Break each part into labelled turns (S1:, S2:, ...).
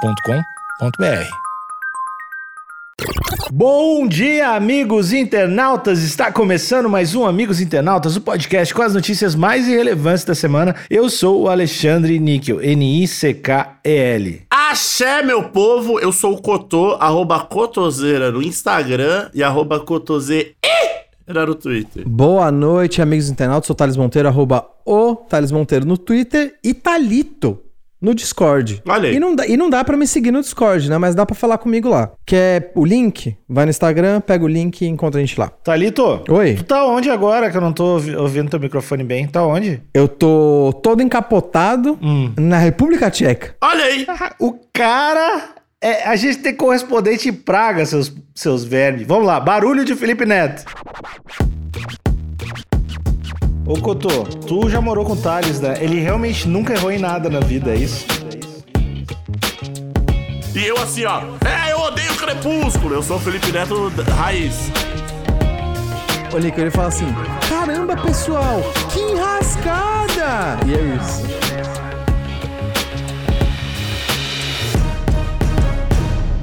S1: agenciadepodcast.com.br.
S2: Bom dia, amigos internautas! Está começando mais um Amigos Internautas, o podcast com as notícias mais irrelevantes da semana. Eu sou o Alexandre Níquel, N-I-C-K-E-L.
S3: Axé, meu povo! Eu sou o Cotô, arroba Cotoseira no Instagram e arroba Cotoseira no Twitter.
S4: Boa noite, amigos internautas. Sou Thales Monteiro, arroba o Thales Monteiro no Twitter e Talito no Discord.
S3: Olha aí.
S4: E não, dá, e não dá pra me seguir no Discord, né? Mas dá pra falar comigo lá. Quer o link? Vai no Instagram, pega o link e encontra a gente lá.
S2: Thalito,
S4: Oi.
S2: tu tá onde agora que eu não tô ouvi- ouvindo teu microfone bem? Tá onde?
S4: Eu tô todo encapotado
S2: Hum.
S4: na República Tcheca.
S3: Olha aí!
S2: O cara... É, a gente tem correspondente em praga, seus, seus vermes. Vamos lá, barulho de Felipe Neto. Ô, Cotô, tu já morou com o Thales, né? Ele realmente nunca errou em nada na vida, é isso?
S3: E eu assim, ó. É, eu odeio crepúsculo! Eu sou o Felipe Neto d- Raiz.
S4: O Nico, ele fala assim: Caramba, pessoal, que enrascada! E é isso.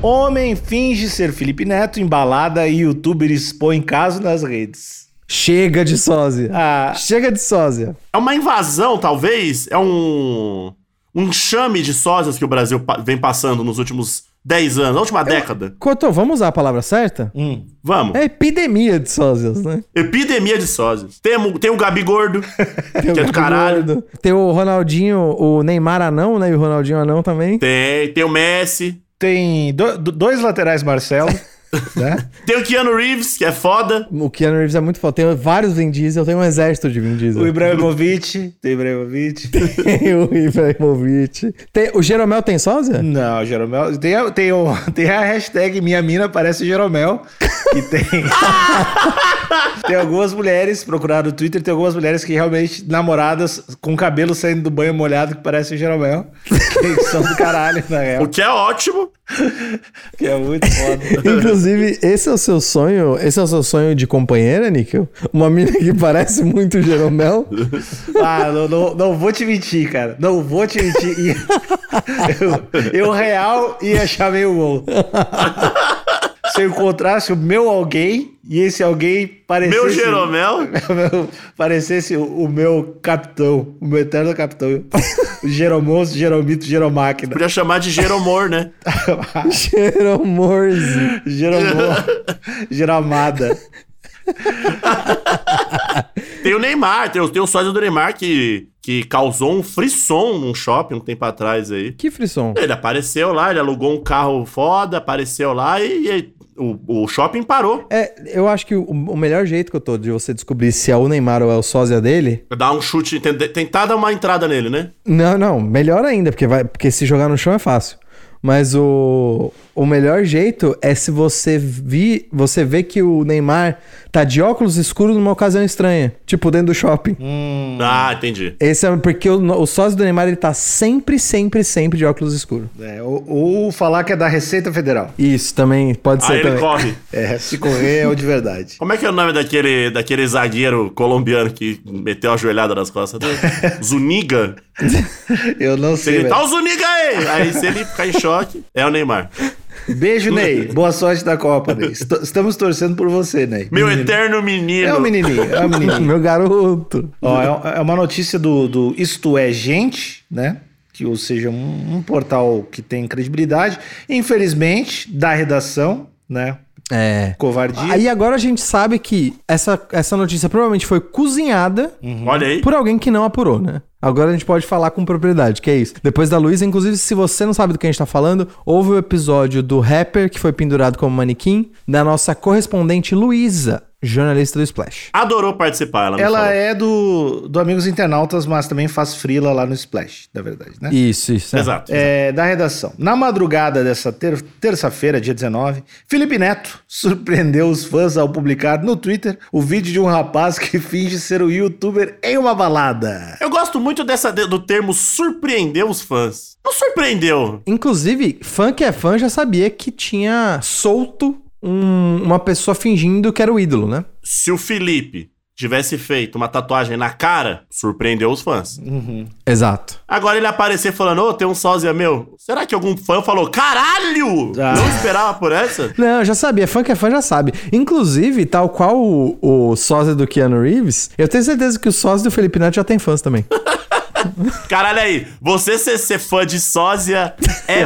S2: Homem finge ser Felipe Neto, embalada e youtuber expõe caso nas redes.
S4: Chega de sósia.
S2: Ah,
S4: Chega de sósia.
S3: É uma invasão, talvez? É um. Um chame de sósias que o Brasil pa- vem passando nos últimos 10 anos, na última década.
S4: Cotô, vamos usar a palavra certa?
S2: hum.
S3: Vamos.
S4: É epidemia de sósias, né?
S3: Epidemia de sósias. Tem, o- tem o Gabi Gordo,
S4: Tem o
S3: que é do
S4: Gabi
S3: caralho.
S4: Gordo, Tem o Ronaldinho, o Neymar anão, né? E o Ronaldinho anão também.
S3: Tem, tem o Messi.
S2: Tem do- do- dois laterais Marcelo, né?
S3: Tem o Keanu Reeves, que é foda.
S4: O Keanu Reeves é muito foda. Tem vários Vin Diesel, tem um exército de Vin
S2: O
S4: Diesel.
S2: Ibrahimovic, tem Ibrahimovic.
S4: Tem o Ibrahimovic. Tem, o Jeromel tem sósia?
S2: Não, Jeromel. Tem, a- tem, o, tem a hashtag Minha Mina Parece Jeromel. E tem. tem algumas mulheres, procurar no Twitter, tem algumas mulheres que realmente, namoradas, com cabelo saindo do banho molhado, que parece o Jeromel. Que são do caralho, na
S3: O
S2: real.
S3: que é ótimo.
S2: Que é muito foda.
S4: Inclusive, esse é o seu sonho? Esse é o seu sonho de companheira, Níquel? Uma mina que parece muito o Jeromel?
S2: Ah, não, não, não vou te mentir, cara. Não vou te mentir. E- eu, eu real ia achar meio bom. Se eu encontrasse o meu alguém e esse alguém parecesse.
S3: Meu Jeromel.
S2: meu- parecesse o, o meu capitão, o meu eterno capitão. O Jeromonso, Jeromito, Jeromáquina.
S3: Podia chamar de Jeromor, né?
S4: Jeromorze.
S2: Jeromon, Jeromada.
S3: Tem o Neymar, tem, o- tem o sócio do Neymar que, que causou um frisson num shopping um tempo atrás aí.
S4: Que frisson.
S3: Ele apareceu lá, ele alugou um carro foda, apareceu lá e, e o, o shopping parou.
S4: É, eu acho que o, o melhor jeito que eu tô de você descobrir se é o Neymar ou é o sósia dele
S3: Dar um chute, tent- tentar dar uma entrada nele, né?
S4: Não, não, melhor ainda, porque, vai, porque se jogar no chão é fácil. Mas o, o melhor jeito é se você vi, você vê que o Neymar tá de óculos escuros numa ocasião estranha, tipo dentro do shopping.
S3: Ah, entendi.
S4: Esse é porque o, o sócio do Neymar ele tá sempre, sempre, sempre de óculos escuros.
S2: É, ou, ou falar que é da Receita Federal.
S4: Isso também pode ser
S3: Aí Ah, ele
S4: também.
S3: corre.
S2: É, se correr é o de verdade.
S3: Como é que é o nome daquele, daquele zagueiro colombiano que meteu a joelhada nas costas dele? Zuniga?
S2: Eu não
S3: Se
S2: sei.
S3: ele
S2: velho.
S3: tá o Zuniga aí! Aí se ele ficar em choque, é o Neymar.
S2: Beijo, Ney. Boa sorte da Copa, Ney. Est- Estamos torcendo por você, Ney.
S3: Meu
S2: Menino.
S3: eterno menino.
S2: É um menininho, é um menininho.
S4: Meu garoto.
S2: Ó, é um- é, uma notícia do, do Isto É Gente, né? Que, ou seja, um, um portal que tem credibilidade. Infelizmente, da redação, né?
S4: É.
S2: Covardia.
S4: Aí agora a gente sabe que essa, essa notícia provavelmente foi cozinhada
S3: Olha aí.
S4: Por alguém que não apurou, né? Agora a gente pode falar com propriedade, que é isso. Depois da Luísa, inclusive, se você não sabe do que a gente tá falando, houve o episódio do rapper que foi pendurado como manequim, da nossa correspondente Luísa, jornalista do Splash.
S3: Adorou participar, ela me
S2: Ela
S3: falou.
S2: é do, do Amigos Internautas, mas também faz frila lá no Splash, na verdade, né?
S4: Isso, isso. é.
S3: Exato.
S2: É, da redação. Na madrugada dessa ter- terça-feira, dia 19, Felipe Neto surpreendeu os fãs ao publicar no Twitter o vídeo de um rapaz que finge ser o youtuber em uma balada.
S3: Eu gosto muito dessa, do termo surpreender os fãs. Não surpreendeu.
S4: Inclusive, fã que é fã já sabia que tinha solto um- uma pessoa fingindo que era o ídolo, né?
S3: Se o Felipe tivesse feito uma tatuagem na cara, surpreendeu os fãs.
S4: Exato.
S3: Agora ele aparecer falando, ô, tem um sósia meu. Será que algum fã falou, caralho,
S2: Ah.
S3: não esperava por essa?
S4: Não, já sabia. Fã que é fã já sabe. Inclusive, tal qual o, o sósia do Keanu Reeves, eu tenho certeza que o sósia do Felipe Neto já tem fãs também.
S3: Caralho aí, você ser, ser fã de sósia é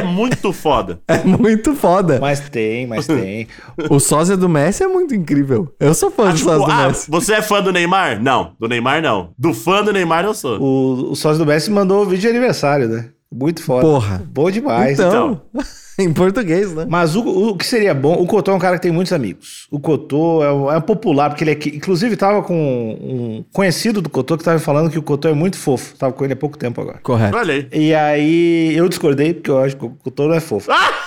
S3: muito foda.
S4: É muito foda.
S2: Mas tem, mas tem.
S4: O sósia do Messi é muito incrível. Eu sou fã do
S3: Tipo,
S4: sósia do
S3: ah,
S4: Messi.
S3: você é fã do Neymar? Não, do Neymar não. Do fã do Neymar eu sou.
S2: O, o sócio do Messi mandou o vídeo de aniversário, né? Muito foda.
S4: Porra.
S2: Bom demais.
S4: Então, em português, né?
S2: Mas o, o que seria bom, o Cotô é um cara que tem muitos amigos. O Cotô é, um- é um popular, porque ele é. que- Inclusive, tava com um conhecido do Cotô que tava falando que o Cotô é muito fofo. Tava com ele há pouco tempo agora.
S4: Correto.
S3: Olha aí.
S2: E aí eu discordei, porque eu acho que o Cotô não é fofo.
S3: piores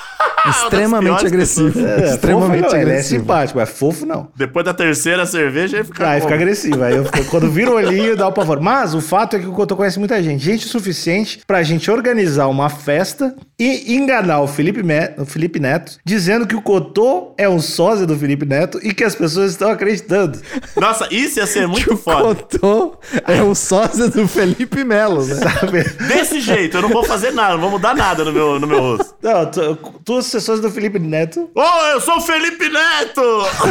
S4: Extremamente agressivo.
S2: É, fofo
S4: Ah, Extremamente
S2: não, Ele é
S4: agressivo.
S2: simpático, mas fofo não.
S3: Depois da terceira cerveja, ele
S2: Aí
S3: fica. como?
S2: Ah, fica agressivo. Aí eu fico- quando vira o olhinho, dá o pavor. Mas o fato é que o Cotô conhece muita gente. Gente o suficiente pra gente organizar uma festa e enganar o Felipe, Me- o Felipe Neto, dizendo que o Cotô é um sósia do Felipe Neto e que as pessoas estão acreditando.
S3: Nossa, isso ia ser
S4: Que
S3: muito
S4: o
S3: foda.
S4: Cotô é o sósia do Felipe Melo, né?
S2: Sabe?
S3: Desse jeito, eu não vou fazer nada, não vou mudar nada no meu, no meu rosto.
S2: Não, tu- tu és sósia do Felipe Neto
S3: Ô, eu sou o Felipe Neto!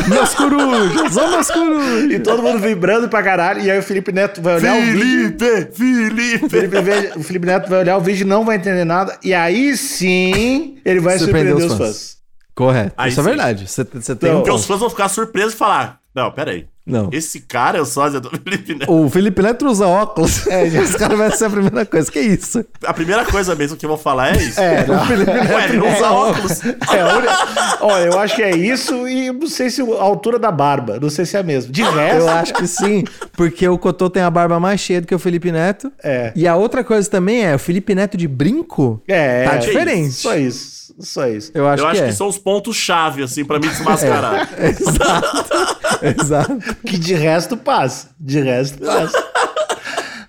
S4: Meus corujas, ô meus corujas.
S2: e todo mundo vibrando pra caralho. E aí o Felipe Neto vai olhar é o vídeo.
S3: Felipe, Felipe.
S2: Felipe Ve- o Felipe Neto vai olhar o vídeo e não vai entender nada. E aí sim, ele vai
S4: Surpreender
S2: surpreender,
S4: os
S2: os
S4: fãs.
S2: fãs.
S4: Correto.
S3: Aí
S4: Isso é
S3: sim.
S4: verdade. Você você tem
S2: Então,
S4: um
S3: Porque
S4: ponto.
S3: os fãs vão ficar surpresos e falar: Não, peraí.
S4: Não.
S3: Esse cara é o sósia do Felipe Neto.
S4: O Felipe Neto usa óculos. É, os caras vão ser a primeira coisa. Que isso?
S3: A primeira coisa mesmo que eu vou falar é isso.
S2: É, não.
S4: O Felipe Neto
S3: Ué, ele não usa óculos.
S2: É, olha, olha, eu acho que é isso e não sei se a altura da barba, não sei se é mesmo. De resto,
S4: Eu acho que sim, porque o Cotô tem a barba mais cheia do que o Felipe Neto.
S2: É.
S4: E a outra coisa também é, o Felipe Neto de brinco
S2: é,
S4: tá
S2: é,
S4: diferente.
S2: Só isso, só isso.
S4: Eu acho,
S3: eu acho
S4: que,
S3: que, são os pontos-chave, assim, pra me desmascarar.
S4: é. Exato. Exato.
S2: Que de resto passa, de resto passa.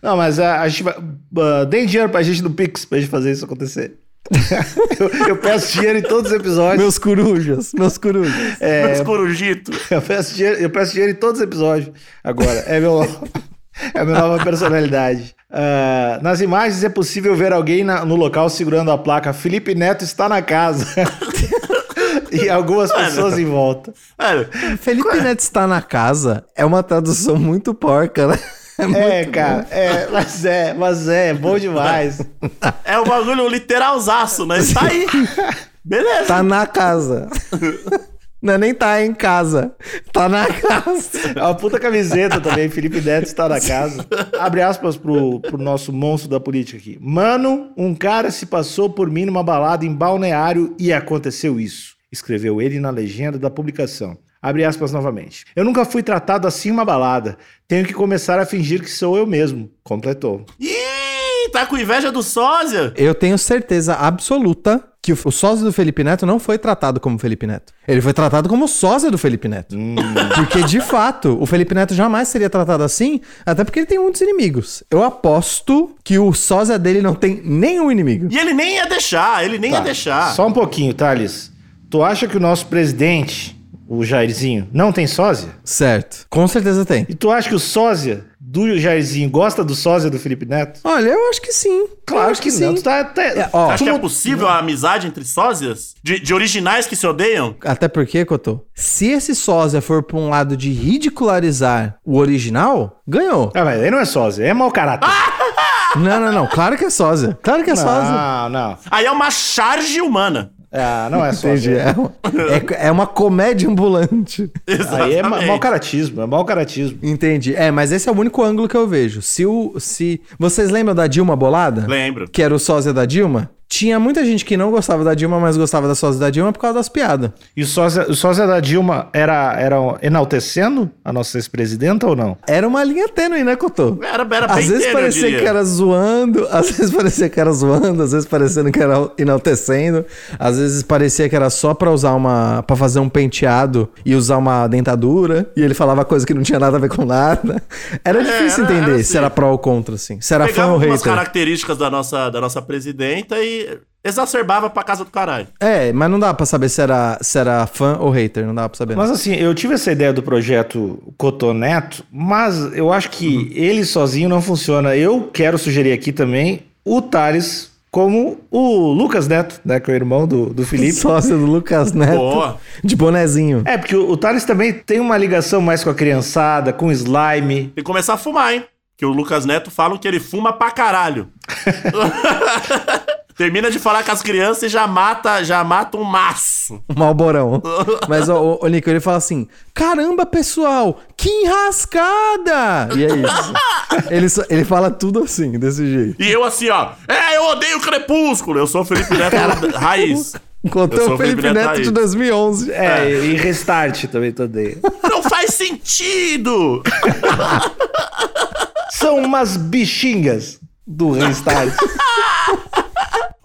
S2: Não, mas a, a gente vai. ah, deem dinheiro pra gente no Pix pra gente fazer isso acontecer. eu, eu peço dinheiro em todos os episódios.
S4: Meus corujas, meus corujas.
S3: Meus corujitos.
S2: Eu peço, dinheiro, eu peço dinheiro em todos os episódios agora. É meu é a minha nova personalidade. Ah, nas imagens é possível ver alguém na- no local segurando a placa Felipe Neto está na casa. e algumas pessoas em volta.
S3: Mano,
S4: Felipe Neto está na casa é uma tradução muito porca, né?
S2: É, cara, é, mas é, mas é, é bom demais.
S3: é um bagulho literalzaço, mas tá aí. Beleza.
S4: Tá na casa. Não é nem tá em casa. Tá na casa.
S2: É uma puta camiseta também, Felipe Neto está na casa. Abre aspas pro, pro nosso monstro da política aqui. Mano, um cara se passou por mim numa balada em balneário e aconteceu isso. Escreveu ele na legenda da publicação. Abre aspas novamente. Eu nunca fui tratado assim em uma balada. Tenho que começar a fingir que sou eu mesmo. Completou.
S3: Ih, tá com inveja do sósia?
S4: Eu tenho certeza absoluta que o sósia do Felipe Neto não foi tratado como Felipe Neto. Ele foi tratado como sósia do Felipe Neto.
S2: Hum.
S4: Porque, de fato, o Felipe Neto jamais seria tratado assim, até porque ele tem muitos inimigos. Eu aposto que o sósia dele não tem nenhum inimigo.
S3: E ele nem ia deixar, ele
S4: Tá.
S3: nem ia deixar.
S2: Só um pouquinho, Thales. Tu acha que o nosso presidente, o Jairzinho, não tem sósia?
S4: Certo. Com certeza tem.
S2: E tu acha que o sósia do Jairzinho gosta do sósia do Felipe Neto?
S4: Olha, eu acho que sim. Eu
S2: Claro
S4: acho
S2: que, não. Tu tá até.
S4: É, ó.
S3: Acho que é
S2: Como-
S3: possível a amizade entre sósias? De, de originais que se odeiam?
S4: Até porque, Cotô, se esse sósia for pra um lado de ridicularizar o original, ganhou.
S2: Ah, mas aí não é sósia, é mau caráter.
S4: Não, não, não. Claro que é sósia. Claro que Ah, é sósia.
S2: não, não.
S3: Aí é uma charge humana.
S2: Ah, não é
S4: Entendi.
S2: sósia.
S4: É, uma- é- é uma comédia ambulante.
S2: Aí é ma-
S3: Exatamente.
S2: mau caratismo, é mau caratismo.
S4: Entendi. É, mas esse é o único ângulo que eu vejo. Se o. Se... Vocês lembram da Dilma Bolada?
S3: Lembro.
S4: Que era o sósia da Dilma? Tinha muita gente que não gostava da Dilma, mas gostava da sósia da Dilma por causa das piadas.
S2: E o sósia, o sósia da Dilma era, era enaltecendo a nossa ex-presidenta ou não?
S4: Era uma linha tênue, né, Cotô?
S3: Era, era bem
S4: Às vezes
S3: tênue, Tá eu
S4: parecia
S3: diria.
S4: que era zoando, às vezes parecia que era zoando, às vezes parecendo que era enaltecendo, às vezes parecia que era só pra usar uma, Pra fazer um penteado e usar uma dentadura, e ele falava coisa que não tinha nada a ver com nada. Era difícil
S3: É, era-
S4: entender
S3: era
S4: se era pró ou contra assim, se era fã
S3: Pegava
S4: ou
S3: algumas
S4: hater.
S3: características da nossa, da nossa presidenta e que exacerbava pra casa do caralho.
S4: É, mas não dá pra saber se era, se era fã ou hater, não dá pra saber.
S2: Mas assim, eu tive essa ideia do projeto Cotoneto, mas eu acho que ele sozinho não funciona. Eu quero sugerir aqui também o Thales como o Lucas Neto, né? Que é o irmão do, do
S4: não.
S2: Felipe.
S4: Sócio do Lucas Neto.
S3: Boa.
S4: De bonezinho.
S2: É, porque o, o Thales também tem uma ligação mais com a criançada, com slime.
S3: Tem que começar a fumar, hein? Que o Lucas Neto falam que ele fuma pra caralho. Termina de falar com as crianças e já mata, já mata um maço.
S4: Um Malborão. Mas, ó, o, o Nico, ele fala assim: caramba, pessoal, que enrascada! E é isso. ele, só- ele fala tudo assim, desse jeito.
S3: E eu assim, ó. É, eu odeio crepúsculo. Eu sou o Felipe Neto raiz. Eu
S4: Encontrou
S3: sou
S4: o Felipe, Neto
S3: aí.
S4: de 2011.
S2: É, e restart também também.
S3: Não faz sentido!
S2: São umas bichingas do restart.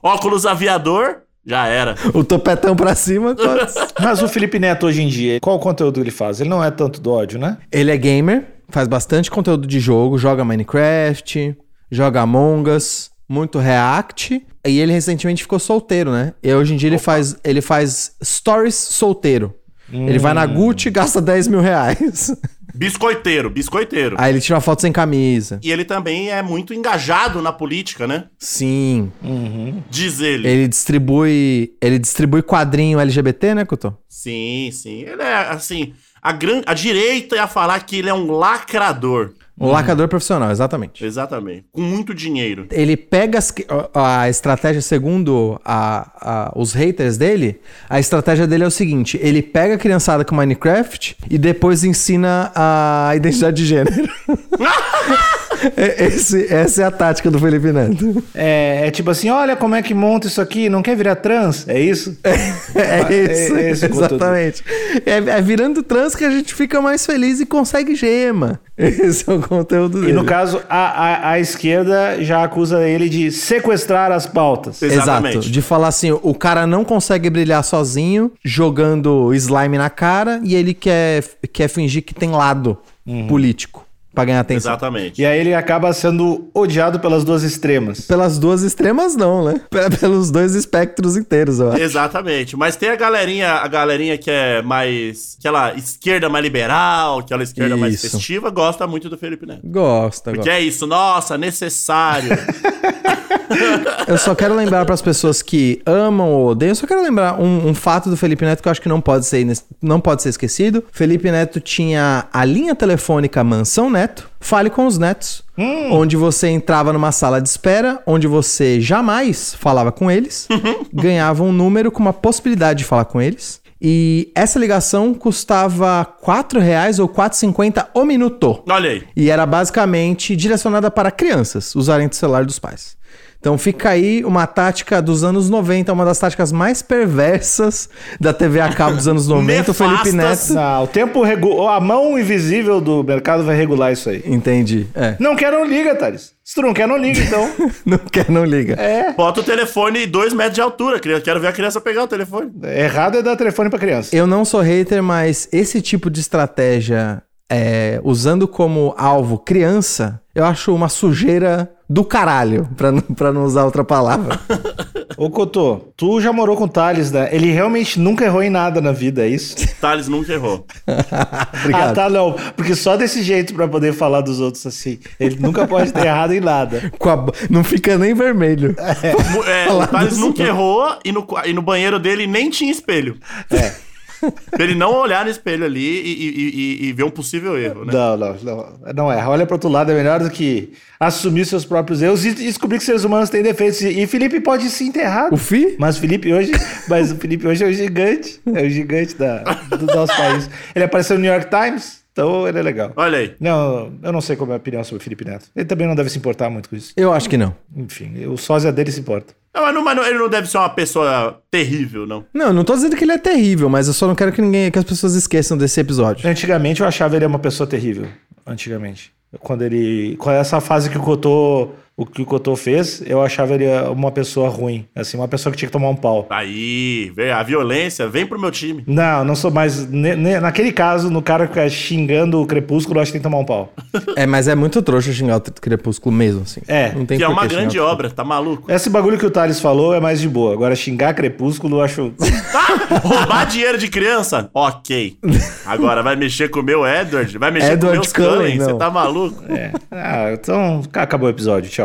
S3: Óculos aviador, já era.
S4: O topetão pra cima. todos.
S2: Mas o Felipe Neto hoje em dia, qual conteúdo ele faz? Ele não é tanto do ódio, né?
S4: ele é gamer, faz bastante conteúdo de jogo, joga Minecraft, joga Among Us, muito React. E ele recentemente ficou solteiro, né? E hoje em dia ele faz, ele faz stories solteiro. Ele vai na Gucci e gasta 10 mil reais.
S3: Biscoiteiro, biscoiteiro.
S4: Aí ele tira uma foto sem camisa.
S3: E ele também é muito engajado na política, né?
S4: Sim.
S3: Diz ele.
S4: Ele distribui. Ele distribui quadrinho LGBT, né, Couto?
S3: Sim, sim. Ele é assim. A, gran... a direita ia falar que ele é um lacrador.
S4: O lacador profissional, exatamente.
S3: Exatamente. Com muito dinheiro.
S4: Ele pega as que- a, a estratégia, segundo a- a- os haters dele, a estratégia dele é o seguinte: ele pega a criançada com Minecraft e depois ensina a identidade de gênero. É- Esse, essa é a tática do Felipe Neto.
S2: É, é tipo assim, olha como é que monta isso aqui, não quer virar trans? É isso?
S4: É isso,
S2: é esse o conteúdo.
S4: exatamente. É, é virando trans que a gente fica mais feliz e consegue gema. Esse é o conteúdo dele.
S2: E no caso, a, a, a esquerda já acusa ele de sequestrar as pautas.
S3: Exatamente.
S4: Exato. De falar assim, o cara não consegue brilhar sozinho, jogando slime na cara, e ele quer, quer fingir que tem lado
S2: Uhum.
S4: político pra ganhar atenção.
S3: Exatamente.
S2: E aí ele acaba sendo odiado pelas duas extremas.
S4: Pelas duas extremas, não, né? Pe- Pelos dois espectros inteiros, eu acho.
S3: Exatamente. Mas tem a galerinha, a galerinha que é mais. aquela esquerda mais liberal, aquela esquerda mais
S4: Isso.
S3: festiva, gosta muito do Felipe Neto.
S4: Gosta,
S3: Que
S4: gosta.
S3: é isso, nossa, necessário.
S4: Eu só quero lembrar pras pessoas que amam ou odeiam, eu só quero lembrar um, um fato do Felipe Neto que eu acho que não pode ser, ines- não pode ser esquecido. Felipe Neto tinha a linha telefônica Mansão Neto, Fale com os Netos, onde você entrava numa sala de espera, onde você jamais falava com eles, ganhava um número com uma possibilidade de falar com eles. E essa ligação custava R$ reais ou R$ 4,50 o minuto.
S3: Olha aí.
S4: E era basicamente direcionada para crianças usarem o celular dos pais. Então fica aí uma tática dos anos 90, uma das táticas mais perversas da TV a cabo dos anos 90, o Felipe
S3: Nefastas.
S4: Neto.
S2: Ah, o tempo regu... A mão invisível do mercado vai regular isso aí.
S4: Entendi. É.
S2: Não quer, não liga, Thales. Se tu não quer, não liga, então.
S4: Não quer, não liga.
S2: É.
S3: Bota o telefone dois metros de altura. queria- Quero ver a criança pegar o telefone.
S2: Errado é dar telefone pra criança.
S4: Eu não sou hater, mas esse tipo de estratégia é, usando como alvo criança, eu acho uma sujeira do caralho, pra não, pra não usar outra palavra.
S2: Ô, Cotô, tu já morou com o Thales, né? Ele realmente nunca errou em nada na vida, é isso?
S3: Thales nunca errou.
S2: Ah, tá, não. Porque só desse jeito pra poder falar dos outros assim. Ele nunca pode ter errado em nada.
S4: Com a bo- não fica nem vermelho.
S3: Mu- é, o
S4: Falar
S3: Thales
S4: dos
S3: nunca errou e no, qua- e no banheiro dele nem tinha espelho. pra ele não olhar no espelho ali e, e- e- e ver um possível erro, né?
S2: Não, não, não. Não erra. Olha pro outro lado, é melhor do que assumir seus próprios erros e descobrir que seres humanos têm defeitos. E Felipe pode sim ter errado.
S4: O Fi?
S2: Mas o Felipe hoje, mas o Felipe hoje é o gigante, é o gigante da, do nosso país. Ele apareceu no New York Times, então ele é legal.
S3: Olha aí.
S2: Não, eu não sei qual é a minha opinião sobre o Felipe Neto. Ele também não deve se importar muito com isso.
S4: Eu acho que não.
S2: Enfim, o sósia dele se importa.
S3: Não, mas não- mas não- ele não deve ser uma pessoa terrível, não.
S4: Não, eu não tô dizendo que ele é terrível, mas eu só não quero que ninguém, que as pessoas esqueçam desse episódio.
S2: Antigamente eu achava ele uma pessoa terrível. Antigamente. Quando ele. Qual é essa fase que o Cotô. O o que o Cotô fez, eu achava ele ah, uma pessoa ruim, assim, uma pessoa que tinha que tomar um pau.
S3: Aí, vê, a violência vem pro meu time.
S2: Não, não sou mais. ne- ne- naquele caso, no cara que fica xingando o crepúsculo, eu acho que tem que tomar um pau.
S4: É, mas é muito trouxa xingar o Crepúsculo mesmo, assim.
S2: É,
S4: Não tem
S3: que é
S4: por
S3: uma
S4: que xingar
S3: grande
S4: o-
S3: obra, tá maluco?
S2: Esse bagulho que o Thales falou é mais de boa. Agora, xingar crepúsculo, eu acho.
S3: Ah, roubar dinheiro de criança? Ok. Agora vai mexer com o meu Edward? Vai mexer
S4: Edward
S3: com o meu tá
S4: Cullen,
S3: Cullen? Você
S4: não.
S3: tá maluco?
S2: É. Ah, então, acabou o episódio. Tchau.